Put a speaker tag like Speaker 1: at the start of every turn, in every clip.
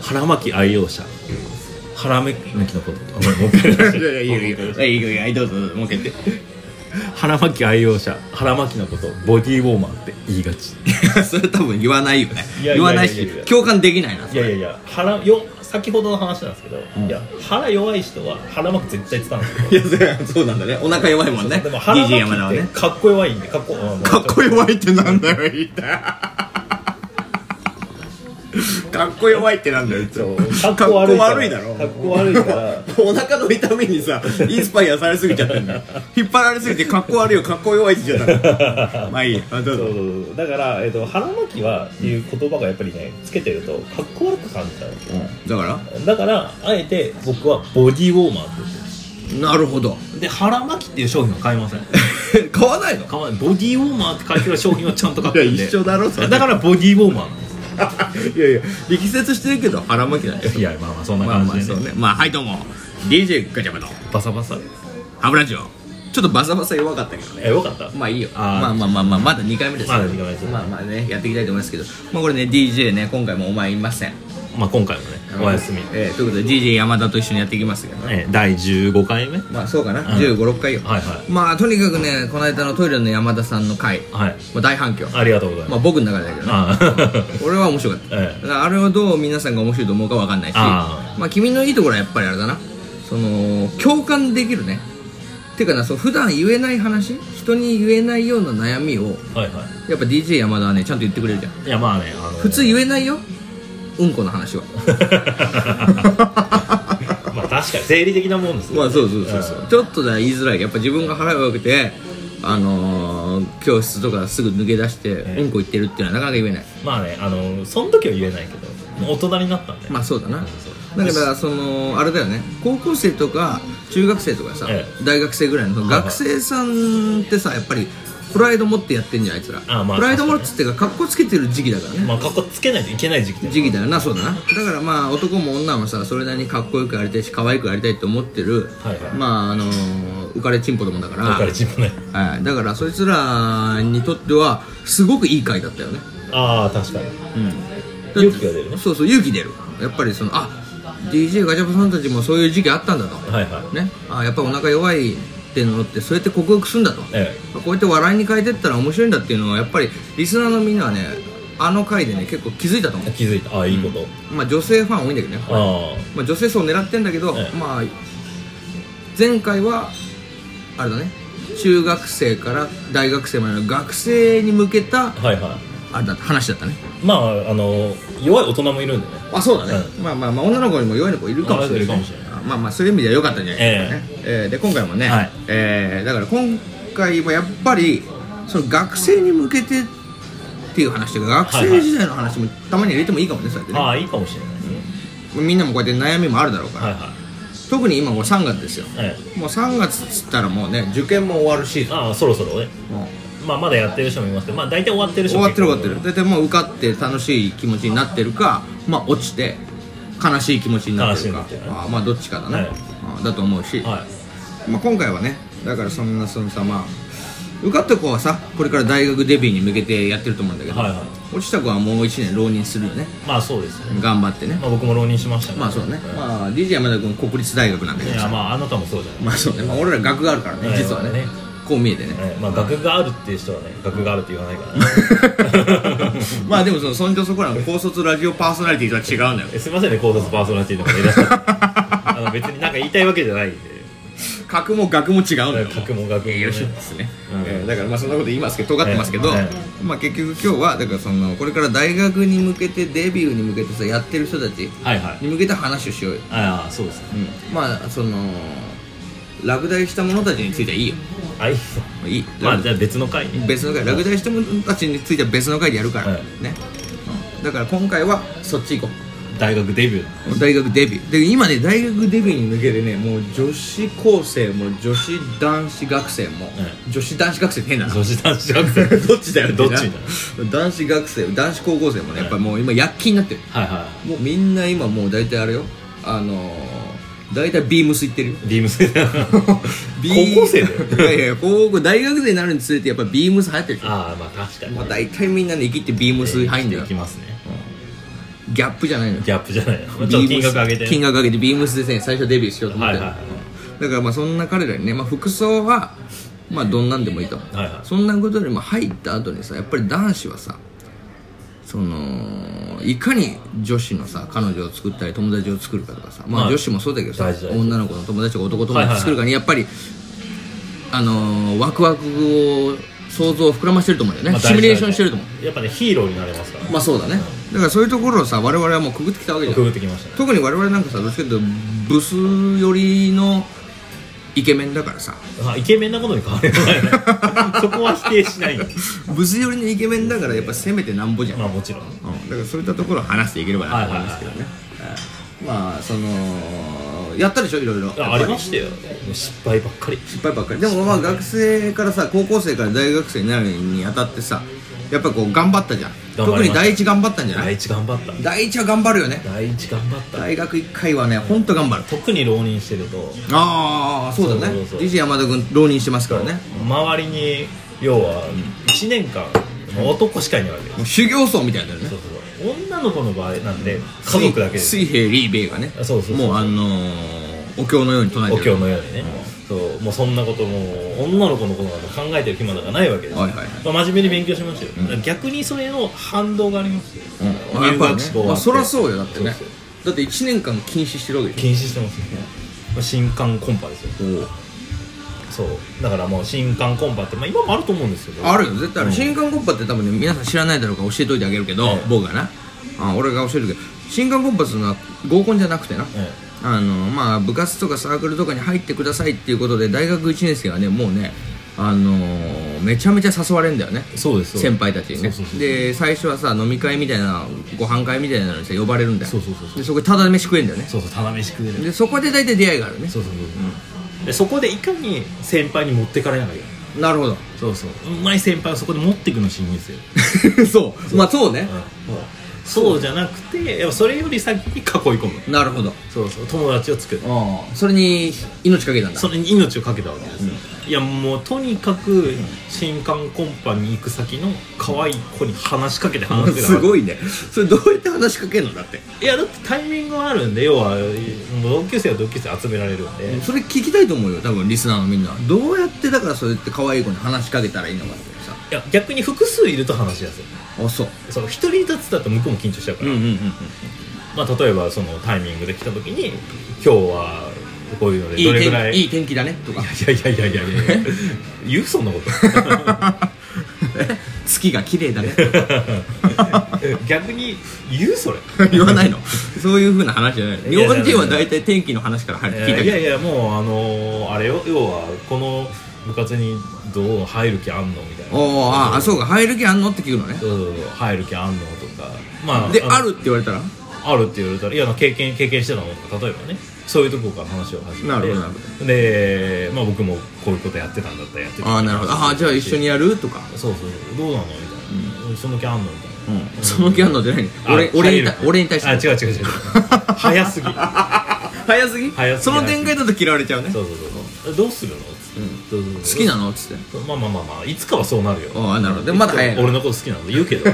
Speaker 1: 腹巻き愛用者腹巻きのことあごめんもう一回
Speaker 2: いやいやいやいやいやどうぞどうぞもう一回言
Speaker 1: 腹巻き愛用者腹巻きのことボディーウォーマーって言いがち
Speaker 2: ってそれ多分言わないよね
Speaker 1: いやいやいやいや
Speaker 2: 言わないし共感できないなそ
Speaker 1: いやい
Speaker 2: れ
Speaker 1: やいや腹よ先ほどの話なんですけど、
Speaker 2: ん
Speaker 1: いや腹弱い人は腹巻き絶対使うんですよ
Speaker 2: いやそれそうなんだねお腹弱いもんね
Speaker 1: でも腹
Speaker 2: DJ
Speaker 1: 巻
Speaker 2: 山田は
Speaker 1: きっ
Speaker 2: ね
Speaker 1: てかっこ弱いんでかっこ
Speaker 2: かっこ
Speaker 1: いい
Speaker 2: 弱いってなんだよ言いたいかっこ弱いってなんだよいつも
Speaker 1: かっこ悪い
Speaker 2: か
Speaker 1: から
Speaker 2: っこ悪いだろ
Speaker 1: かっこ悪いから
Speaker 2: お腹の痛みにさインスパイアされすぎちゃってんだよ引っ張られすぎてかっこ悪いよかっこ弱いって言っちゃったまあいいあどう
Speaker 1: そう
Speaker 2: ぞ
Speaker 1: そうそうだから、えっと腹巻きはっていう言葉がやっぱりねつけてるとかっこ悪く感じちゃう
Speaker 2: だから
Speaker 1: だからあえて僕はボディウォーマーって言って
Speaker 2: なるほど
Speaker 1: るで腹巻きっていう商品は買いません
Speaker 2: 買わないの
Speaker 1: 買わないボディウォーマーって書いてる商品はちゃんと買ってるん
Speaker 2: い
Speaker 1: で
Speaker 2: や一緒だろそれ
Speaker 1: だからボディウォーマーなんで
Speaker 2: いやいや力説してるけど腹巻きだよ
Speaker 1: すいやまあまあそんな
Speaker 2: まあ
Speaker 1: 感
Speaker 2: まあ
Speaker 1: じで
Speaker 2: そ
Speaker 1: ね,、
Speaker 2: うねまあはいどうも DJ ガチャバの
Speaker 1: バサバサ
Speaker 2: ハブラジオちょっとバサバサ弱かったけどね
Speaker 1: えよかった
Speaker 2: まあいいよ
Speaker 1: あー
Speaker 2: まあまあまあまあまだ2回目ですよ
Speaker 1: まだ二回目です
Speaker 2: まあまあねやっていきたいと思いますけどまあこれね DJ ね今回もお前いません
Speaker 1: まあ今回もねお休み、
Speaker 2: えーということで DJ 山田と一緒にやっていきますけどね
Speaker 1: え第15回目
Speaker 2: まあそうかな
Speaker 1: うん
Speaker 2: 1 5六6回よ
Speaker 1: はいは
Speaker 2: まあとにかくねこの間のトイレの山田さんの回
Speaker 1: はい
Speaker 2: まあ大反響
Speaker 1: ありがとうござい
Speaker 2: ま
Speaker 1: ま
Speaker 2: あ
Speaker 1: す、
Speaker 2: 僕の中でだけどね
Speaker 1: あー
Speaker 2: 俺は面白かっ た
Speaker 1: ええ
Speaker 2: だからあれをどう皆さんが面白いと思うかわかんないし
Speaker 1: あ
Speaker 2: まあ君のいいところはやっぱりあれだなその共感できるねっていうかなそう普段言えない話人に言えないような悩みを
Speaker 1: はいは
Speaker 2: やっぱ DJ 山田はねちゃんと言ってくれるじゃん
Speaker 1: いいやまあねあの
Speaker 2: 普通言えないようんこの話は
Speaker 1: まあ確かに生理的なもんですよね
Speaker 2: まあそうそうそうそ
Speaker 1: ん
Speaker 2: うちょっとだ言いづらいやっぱ自分が腹が弱くてあのー、教室とかすぐ抜け出して
Speaker 1: え
Speaker 2: うんこ行ってるっていうのはなかなか言えない
Speaker 1: まあねあのその時は言えないけど大人になったんで
Speaker 2: まあそうだな
Speaker 1: そう
Speaker 2: だからそのあれだよね高校生とか中学生とかさ、
Speaker 1: え
Speaker 2: 大学生ぐらいの
Speaker 1: いはい
Speaker 2: 学生さんってさやっぱりプライド持ってやってんじゃんあいつら
Speaker 1: あまあ
Speaker 2: プライド持つっていうか格好つけてる時期だからね
Speaker 1: まあ格好つけないといけない時期で
Speaker 2: 時期だよなそうだなだからまあ男も女もさそれなりにかっこよくありたいし可愛くありたいと思ってる、
Speaker 1: はいはい
Speaker 2: まああのー浮かれちんぽどもだから
Speaker 1: だから自分ね
Speaker 2: はい、だからそいつらにとってはすごくいい回だったよね
Speaker 1: ああ確かに
Speaker 2: うん
Speaker 1: 勇気が出るね
Speaker 2: そうそう勇気出るやっぱりそのあ DJ ガチャパさんたちもそういう時期あったんだと、
Speaker 1: はいはい
Speaker 2: ねあやっぱお腹弱いってのってそうやって克服するんだと
Speaker 1: え
Speaker 2: こうやって笑いに変えてったら面白いんだっていうのはやっぱりリスナーのみんなはねあの回でね結構気づいたと思
Speaker 1: え気づいたああいいこと、
Speaker 2: うまあ女性ファン多いんだけどね、
Speaker 1: あ
Speaker 2: まあ、女性層狙ってんだけど、
Speaker 1: ええ
Speaker 2: まあ前回はあれだね中学生から大学生までの学生に向けた
Speaker 1: あはいは
Speaker 2: あれだった話だったね
Speaker 1: いまああの弱い大人もいるんでね
Speaker 2: あそうだね、
Speaker 1: う
Speaker 2: まあまあまあ女の子にも弱いの子いるかもしれない,、
Speaker 1: いるかもしれない
Speaker 2: あまあまあそういう意味では良かったんじゃないですかね、えーで今回もね、
Speaker 1: はい
Speaker 2: えーだから今回はやっぱりその学生に向けてっていう話というか学
Speaker 1: はいは
Speaker 2: 生
Speaker 1: い
Speaker 2: 時代の話もたまに入れてもいいかもねそうやってね、
Speaker 1: ああいいかもしれないですね、
Speaker 2: みんなもこうやって悩みもあるだろうから、
Speaker 1: はいは
Speaker 2: 特に今もう3月ですよ
Speaker 1: い、え
Speaker 2: もう3月っつったらもうね受験も終わるシー
Speaker 1: え、
Speaker 2: ズ
Speaker 1: ああそろそろね
Speaker 2: ンもう
Speaker 1: まあまだやってる人もいますけどまあ大体終わってる人
Speaker 2: 終
Speaker 1: も
Speaker 2: わっ
Speaker 1: 結
Speaker 2: てる
Speaker 1: 構
Speaker 2: 終わってる大体もう受かって楽しい気持ちになってるかまあ落ちて悲しい気持ちになってるか
Speaker 1: 悲しい気持ちだね
Speaker 2: ああまあどっちかだな、
Speaker 1: はい
Speaker 2: ああだと思うし、
Speaker 1: は
Speaker 2: まあ、今回はねだからそんなそのさまあ受かった子はさこれから大学デビューに向けてやってると思うんだけ
Speaker 1: い
Speaker 2: ど、
Speaker 1: はいはい
Speaker 2: 落ちた子はもう1年浪人するよね
Speaker 1: まあそうですね、
Speaker 2: 頑張ってね
Speaker 1: まあ、僕も浪人しましたけど
Speaker 2: まあそうね、
Speaker 1: ん
Speaker 2: まあ DJ 山田君国立大学なんだけ
Speaker 1: い
Speaker 2: ど
Speaker 1: や
Speaker 2: さ
Speaker 1: まああなたもそうじゃない、
Speaker 2: まあそうね、まあ、俺ら学があるからね、
Speaker 1: ええ
Speaker 2: 実はね,、
Speaker 1: ね
Speaker 2: こう見え てね、
Speaker 1: ええまあ学があるっていう人はね学があるって言わないから、ね、
Speaker 2: まあでもそのそんじょそこらの高卒ラジオパーソナリティとは違うんだよ
Speaker 1: えすいませんね高卒パーソナリティとかいらっしゃって あの別になんか言いたいわけじゃないんで
Speaker 2: 格も学も違うんだよ
Speaker 1: 学も学も、
Speaker 2: いや
Speaker 1: ね、
Speaker 2: よろしいですね、
Speaker 1: うん
Speaker 2: えーだからまあそんなこと言いますけど尖ってますけど、
Speaker 1: え
Speaker 2: まあ結局今日はだからそのこれから大学に向けてデビューに向けてさやってる人たち
Speaker 1: はいはい
Speaker 2: に向けた話をしようよ、
Speaker 1: ああそうですね
Speaker 2: まあその落第した者たちについてはいいよ
Speaker 1: あいい
Speaker 2: いい、
Speaker 1: まあじゃあ別の回に
Speaker 2: 別の回落第した者たちについては別の回でやるか
Speaker 1: は
Speaker 2: ら、
Speaker 1: い
Speaker 2: ね、うんだから今回はそっち行こ
Speaker 1: 大学デビュー
Speaker 2: う大学デビューで今ね大学デビューに向けてねもう女子高生も女子男子学生も、
Speaker 1: え
Speaker 2: 女子男子学生って変だな
Speaker 1: 女子男子学生
Speaker 2: どっちだよ
Speaker 1: どっちだ
Speaker 2: 男子学生男子高校生もねやっぱもう今躍起になってる
Speaker 1: はいは
Speaker 2: もうみんな今もう大体あれよあのー、大体ビームス行ってるよ
Speaker 1: いビーム ス
Speaker 2: ビー
Speaker 1: 高校生だよ
Speaker 2: いやいや高校大学生になるにつれてやっぱビームス流行ってるでしょ
Speaker 1: ああまあ確かに
Speaker 2: もう大体みんなね生きってビームス入んだよ
Speaker 1: いきますね
Speaker 2: ギャップじゃないのよ
Speaker 1: ギャップじゃない のちょっと金額上げて
Speaker 2: 金額上げてビームスで、ね、最初デビューしようと思っ
Speaker 1: は
Speaker 2: て
Speaker 1: い
Speaker 2: る、
Speaker 1: は
Speaker 2: だからまあそんな彼らにね、まあ、服装はまあどんなんでもいいと、
Speaker 1: いはいはい
Speaker 2: そんなことよりも入った後にさやっぱり男子はさそのいかに女子のさ彼女を作ったり友達を作るかとかさ、まあ、
Speaker 1: はい
Speaker 2: 女子もそうだけどさ、
Speaker 1: 大事大事
Speaker 2: 女の子の友達とか男友達を作るかにやっぱり、あのーワクワクを想像を膨らましてると思うんだよね、
Speaker 1: まあ
Speaker 2: シミュレーションしてると思
Speaker 1: やっぱねヒーローになれますから
Speaker 2: うまあそうだねだからそういうところをさ我々はもうくぐってきたわけじゃん
Speaker 1: くぐってきましたね
Speaker 2: 特に我々なんかさどっちかというとブス寄りのイケメンだからさ
Speaker 1: あイケメンなことに変わりはない そこは否定し ないんです
Speaker 2: ブス寄りのイケメンだからやっぱせめてなんぼじゃん、
Speaker 1: まあもちろん
Speaker 2: うん、だからそういったところを話していければなと思いますけどね、はいまあそのやったでしょいろいろ
Speaker 1: あありま
Speaker 2: し
Speaker 1: したよ失敗ばっかり
Speaker 2: 失敗ばっかりでもまあ学生からさ高校生から大学生になるにあたってさやっぱこう頑張ったじゃん
Speaker 1: 頑張
Speaker 2: 特
Speaker 1: りました
Speaker 2: に第一頑張ったんじゃな
Speaker 1: 第
Speaker 2: い
Speaker 1: 一頑張った
Speaker 2: 第一は頑張るよね
Speaker 1: 第一頑張った
Speaker 2: 大学1回はね本当頑張る
Speaker 1: 特に浪人してると
Speaker 2: ああそうだね
Speaker 1: そうそうそう
Speaker 2: DJ 山田君浪人してますからね
Speaker 1: 周りに要は1年間男しかいないわけです
Speaker 2: もう修行僧みたいだよね
Speaker 1: そうそうそう女の子の場合なんで家族だけで
Speaker 2: 水水平リーベイがね
Speaker 1: あそうそうそう
Speaker 2: もうあのー、お経のように唱え
Speaker 1: お
Speaker 2: てる
Speaker 1: 経のようにね、そうもうそんなこともう女の子のことなんか考えてる暇なんかないわけですよ、
Speaker 2: はいはいはい
Speaker 1: まあ、真面目に勉強しましたよ、だから逆にそれの反動がありますよ、
Speaker 2: うんまあやっぱ
Speaker 1: 入
Speaker 2: りね
Speaker 1: 学試行
Speaker 2: ま
Speaker 1: は
Speaker 2: あ、そりゃそうよだってね
Speaker 1: そうそう
Speaker 2: だって1年間禁止してるわけでし
Speaker 1: 禁止してますよね、まあ、新刊コンパですよ
Speaker 2: ょ
Speaker 1: そうだからもう新刊コンパって、まあ、今もあると思うんですけど
Speaker 2: あるよ絶対ある、
Speaker 1: うん
Speaker 2: 新刊コンパって多分ね皆さん知らないだろうから教えといてあげるけど、
Speaker 1: ええ
Speaker 2: 僕がなあ俺が教えるけど新刊コンパするのは合コンじゃなくてな、
Speaker 1: え
Speaker 2: あのまあ部活とかサークルとかに入ってくださいっていうことで大学1年生はねもうねあのーめちゃめちゃ誘われんだよね
Speaker 1: えそうですそうです
Speaker 2: 先輩たちにね
Speaker 1: そうそうそう
Speaker 2: で最初はさ飲み会みたいなご飯会みたいなのにさ呼ばれるんだよ
Speaker 1: そうそうそうそう
Speaker 2: でそこでただ飯食えんだよね
Speaker 1: そうそうただ飯食える
Speaker 2: でそこで大体出会いがあるね
Speaker 1: そうそうそうそう、でそこでいかに先輩に持ってかれなきゃいけない
Speaker 2: なるほど
Speaker 1: そうそううまい先輩をそこで持っていくのしんどいんですよ
Speaker 2: そうまあそうね
Speaker 1: そうじゃなくてやっぱそれより先に囲い込む
Speaker 2: なるほど
Speaker 1: そうそう友達を作る
Speaker 2: うんそれに命かけたんだ
Speaker 1: それに命をかけたわけです、いやもうとにかく新刊コンパに行く先の可愛い子に話しかけて話
Speaker 2: す
Speaker 1: い
Speaker 2: ごいねそれどうやって話しかけるのだって
Speaker 1: いやだってタイミングがあるんで要は同級生は同級生集められるんで、
Speaker 2: それ聞きたいと思うよ多分リスナーのみんなどうやってだからそうやって可愛い子に話しかけたらいいのかってさ
Speaker 1: いや逆に複数いると話しやすい
Speaker 2: あそう
Speaker 1: その一人立つだと向こうも緊張しちゃうから、
Speaker 2: んうん
Speaker 1: まあ、例えばそのタイミングで来た時に今日はこういうので
Speaker 2: い
Speaker 1: ど
Speaker 2: い
Speaker 1: れぐら
Speaker 2: 天
Speaker 1: い
Speaker 2: 気いい天気だねとか
Speaker 1: いやいやいやいやいやいや言うそんなこと
Speaker 2: 月が綺麗だね
Speaker 1: 逆に言うそれ
Speaker 2: 言わないのそういうふうな話じゃない
Speaker 1: い
Speaker 2: の
Speaker 1: や
Speaker 2: 日本人は大体天気の話から入 るって聞いた
Speaker 1: い
Speaker 2: け
Speaker 1: や
Speaker 2: ど
Speaker 1: いやもうあのーあれよ要はこの部活にどう入る気あんのみたいな
Speaker 2: おーああそうか入る気あんのって聞くのね
Speaker 1: そうそうそう入る気あんのとかまあ
Speaker 2: で
Speaker 1: の
Speaker 2: あるって言われたら
Speaker 1: あるって言われたらいや経験経験してたのとか例えばねそういうとこから話を始めて
Speaker 2: なるほどなる
Speaker 1: で、まあ、僕もこういうことやってたんだったらやってた
Speaker 2: ああなるほどああじゃあ一緒にやるとか
Speaker 1: そうそうどうなのみたいな、その気あんのみたいな
Speaker 2: うんその気あんのじゃない
Speaker 1: あ
Speaker 2: 俺俺に
Speaker 1: 入
Speaker 2: た
Speaker 1: る
Speaker 2: 俺に対して
Speaker 1: あ違う違う違う早 すぎ
Speaker 2: 早すぎ
Speaker 1: 早すぎ
Speaker 2: その展開だと嫌われちゃうね
Speaker 1: そうそうそうそうどうするの好
Speaker 2: 好きなのっつって
Speaker 1: まあまあまあまあいつかはそうなるよ
Speaker 2: ああなるほどでまだ早い
Speaker 1: 俺のこと好きなの言うけ ど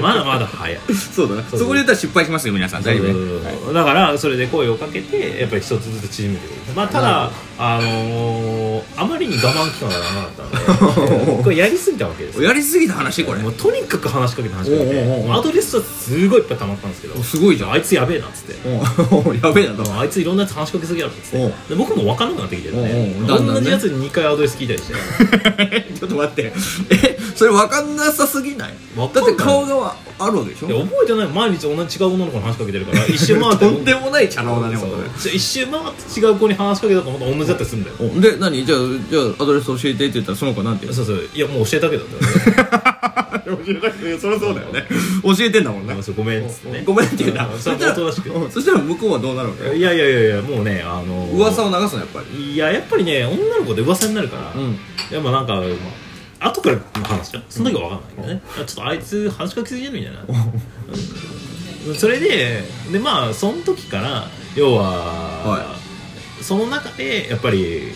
Speaker 1: まだまだ早い
Speaker 2: そうだな
Speaker 1: そう
Speaker 2: そこで言ったら失敗しますよ皆さん大丈夫
Speaker 1: そう
Speaker 2: ね
Speaker 1: そうそうだからそれで声をかけてやっぱり一つずつ縮めていくまあただあのーあまりに我慢期間が長かった んでこれやりすぎたわけですよ
Speaker 2: やりすぎた話これ
Speaker 1: もうとにかく話しかけて話しかけ
Speaker 2: おうおうおう
Speaker 1: てアドレスはすごいいっぱい溜まったんですけど
Speaker 2: すごいじゃん
Speaker 1: あいつやべえなっつって
Speaker 2: おうやべえなと
Speaker 1: あいついろんなやつ話しかけすぎだろっつって
Speaker 2: おう
Speaker 1: で僕も分かんなくなってきてるね
Speaker 2: おうおうだんだん
Speaker 1: 同
Speaker 2: ね
Speaker 1: じやつに2回アドレス聞いたりして
Speaker 2: ちょっと待ってえそれ分かんなさすぎない
Speaker 1: わか
Speaker 2: だ
Speaker 1: んな
Speaker 2: って
Speaker 1: い
Speaker 2: 顔があるわけでしょ
Speaker 1: で覚えてない毎日同じ違う女の子に話しかけてるから 一周回って
Speaker 2: とんでもない茶能だね
Speaker 1: そう
Speaker 2: 本
Speaker 1: そう一周回って違う子に話しかけたから同じだったりするんだよ
Speaker 2: 当ねで何じゃあじゃあアドレス教えてって言ったらその子なんて言う
Speaker 1: そうそういやもう教えたけどって
Speaker 2: の教えなくてそりゃそうだよね教えてんだもん
Speaker 1: あそうごめんっつってね
Speaker 2: ごめんって言うな
Speaker 1: うそ
Speaker 2: そ
Speaker 1: れ
Speaker 2: し
Speaker 1: は
Speaker 2: たら
Speaker 1: おとなしく
Speaker 2: うんそしたら向こうはどうなるわけ
Speaker 1: いやいやいやいやもうねあの
Speaker 2: 噂を流すのやっぱり
Speaker 1: いややっぱりね女の子で噂になるから、
Speaker 2: ん
Speaker 1: やっぱなんか、まあ後からの話だよその時は分かんないけどね、ちょっとあいつ話しかけすぎじゃないみたいな、うんそれででまあその時から要は、
Speaker 2: は
Speaker 1: その中でやっぱり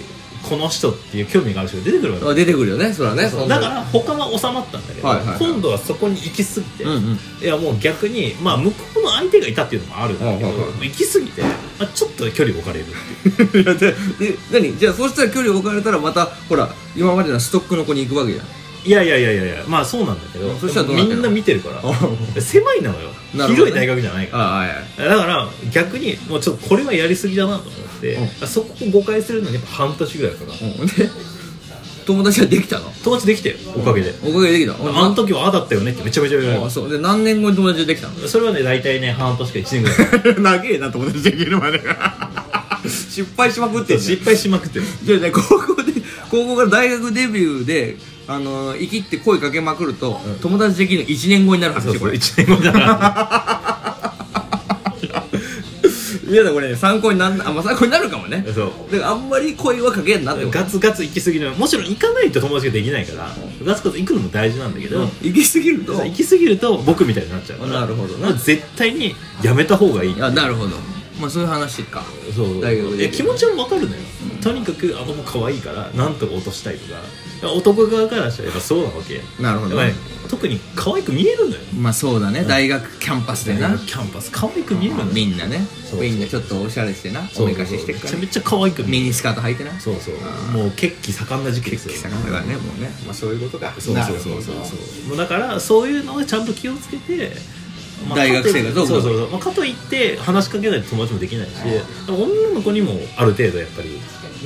Speaker 1: この人っていう興味がある人が出てくるわけ
Speaker 2: あ出てくるよねそれはね
Speaker 1: だから他は収まったんだけど、
Speaker 2: はいはいはい
Speaker 1: 今度はそこに行き過ぎて、
Speaker 2: うんうん
Speaker 1: いやもう逆に、まあ、向こうの相手がいたっていうのもあるんだけど、
Speaker 2: はいはいはい
Speaker 1: 行き過ぎて、あ、ちょっと距離を置かれるっていう
Speaker 2: いや でで何じゃあそうしたら距離を置かれたらまたほら今までのストックの子に行くわけじゃん
Speaker 1: いやいやいやいやいやまあそうなんだけど
Speaker 2: そしたらどう
Speaker 1: み
Speaker 2: なってる
Speaker 1: んな見てるから狭いなのよ
Speaker 2: なるほど
Speaker 1: 広
Speaker 2: ね
Speaker 1: い大学じゃないか
Speaker 2: ああはいはい
Speaker 1: らだから逆にもうちょっとこれはやりすぎだなと思って、
Speaker 2: う
Speaker 1: そこを誤解するのにやっぱ半年ぐらいかかる
Speaker 2: うんで友達ができたの
Speaker 1: 友達できてよおかげで、
Speaker 2: おかげでできた
Speaker 1: あの時はああだったよねってめちゃめちゃ言われ
Speaker 2: ああそうで何年後に友達ができたの
Speaker 1: るそれはね大体ね半年か1年ぐらいかかる
Speaker 2: 長えな友達できるまで 失敗しまくって
Speaker 1: で
Speaker 2: んじゃん
Speaker 1: 失敗しまくってる
Speaker 2: じゃあね高校で高校から大学デビューであの生きって声かけまくると、友達できるの1年後になる話
Speaker 1: そう
Speaker 2: こ
Speaker 1: これ
Speaker 2: れ
Speaker 1: 1年後だ から
Speaker 2: 皆さんこれね参考になんあ、まあ、参考になるかもね
Speaker 1: そう
Speaker 2: だからあんまり声はかけんなってこと
Speaker 1: ガツガツ行き過ぎるもちろん行かないと友達ができないからガツガツ行くのも大事なんだけど、
Speaker 2: 行き過ぎると
Speaker 1: 行き過ぎると僕みたいになっちゃうから
Speaker 2: なるほどな
Speaker 1: まあ絶対にやめた方がいい
Speaker 2: あなるほどまあそういう話か
Speaker 1: そうそう
Speaker 2: 大学で
Speaker 1: いや気持ちもわかるのよ、とにかくあの子可愛いからなんとか落としたいとか男側からしたらやっぱそうなわけや
Speaker 2: なるほ
Speaker 1: っ
Speaker 2: ど
Speaker 1: ぱり特に可愛く見えるのよ
Speaker 2: まあそうだね大学キャンパスでな
Speaker 1: キャンパス可愛く見えるのよ
Speaker 2: みんなね
Speaker 1: そう
Speaker 2: みんなちょっとおしゃれしてな
Speaker 1: そ
Speaker 2: お
Speaker 1: う
Speaker 2: めかししてっ
Speaker 1: め
Speaker 2: か
Speaker 1: ち
Speaker 2: ら
Speaker 1: ゃめちゃ可愛く見え
Speaker 2: ミニスカート履いてな
Speaker 1: るそうそう
Speaker 2: あー
Speaker 1: もう血気盛んな時期ですよ
Speaker 2: 貴様だからねもうねまあそういうことか
Speaker 1: そう
Speaker 2: な
Speaker 1: そう
Speaker 2: るほ
Speaker 1: そ
Speaker 2: ど
Speaker 1: うそうもうだからそういうのをちゃんと気をつけて、まあ
Speaker 2: 大学生がどう
Speaker 1: か
Speaker 2: か
Speaker 1: とそうそうそう、まあ、かといって話しかけないと友達もできないし女の子にもある程度やっぱり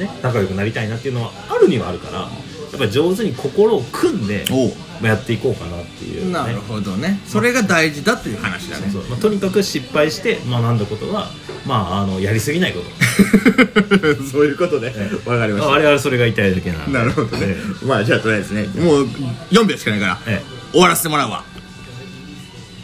Speaker 1: ね仲良くなりたいなっていうのはあるにはあるからやっぱり上手に心を組んで
Speaker 2: おう
Speaker 1: まあやっていこうかなっていう、ね、
Speaker 2: なるほどねそれが大事だという話だね
Speaker 1: そうまあ、とにかく失敗して学んだことは、まあ、あのやりすぎないこと
Speaker 2: そういうことで
Speaker 1: ええ
Speaker 2: わかり
Speaker 1: まあ我々はそれが言いたいだけなんで
Speaker 2: なるほどね
Speaker 1: え
Speaker 2: まあじゃあとりあえずねもう4秒しかないから
Speaker 1: ええ
Speaker 2: 終わらせてもらうわ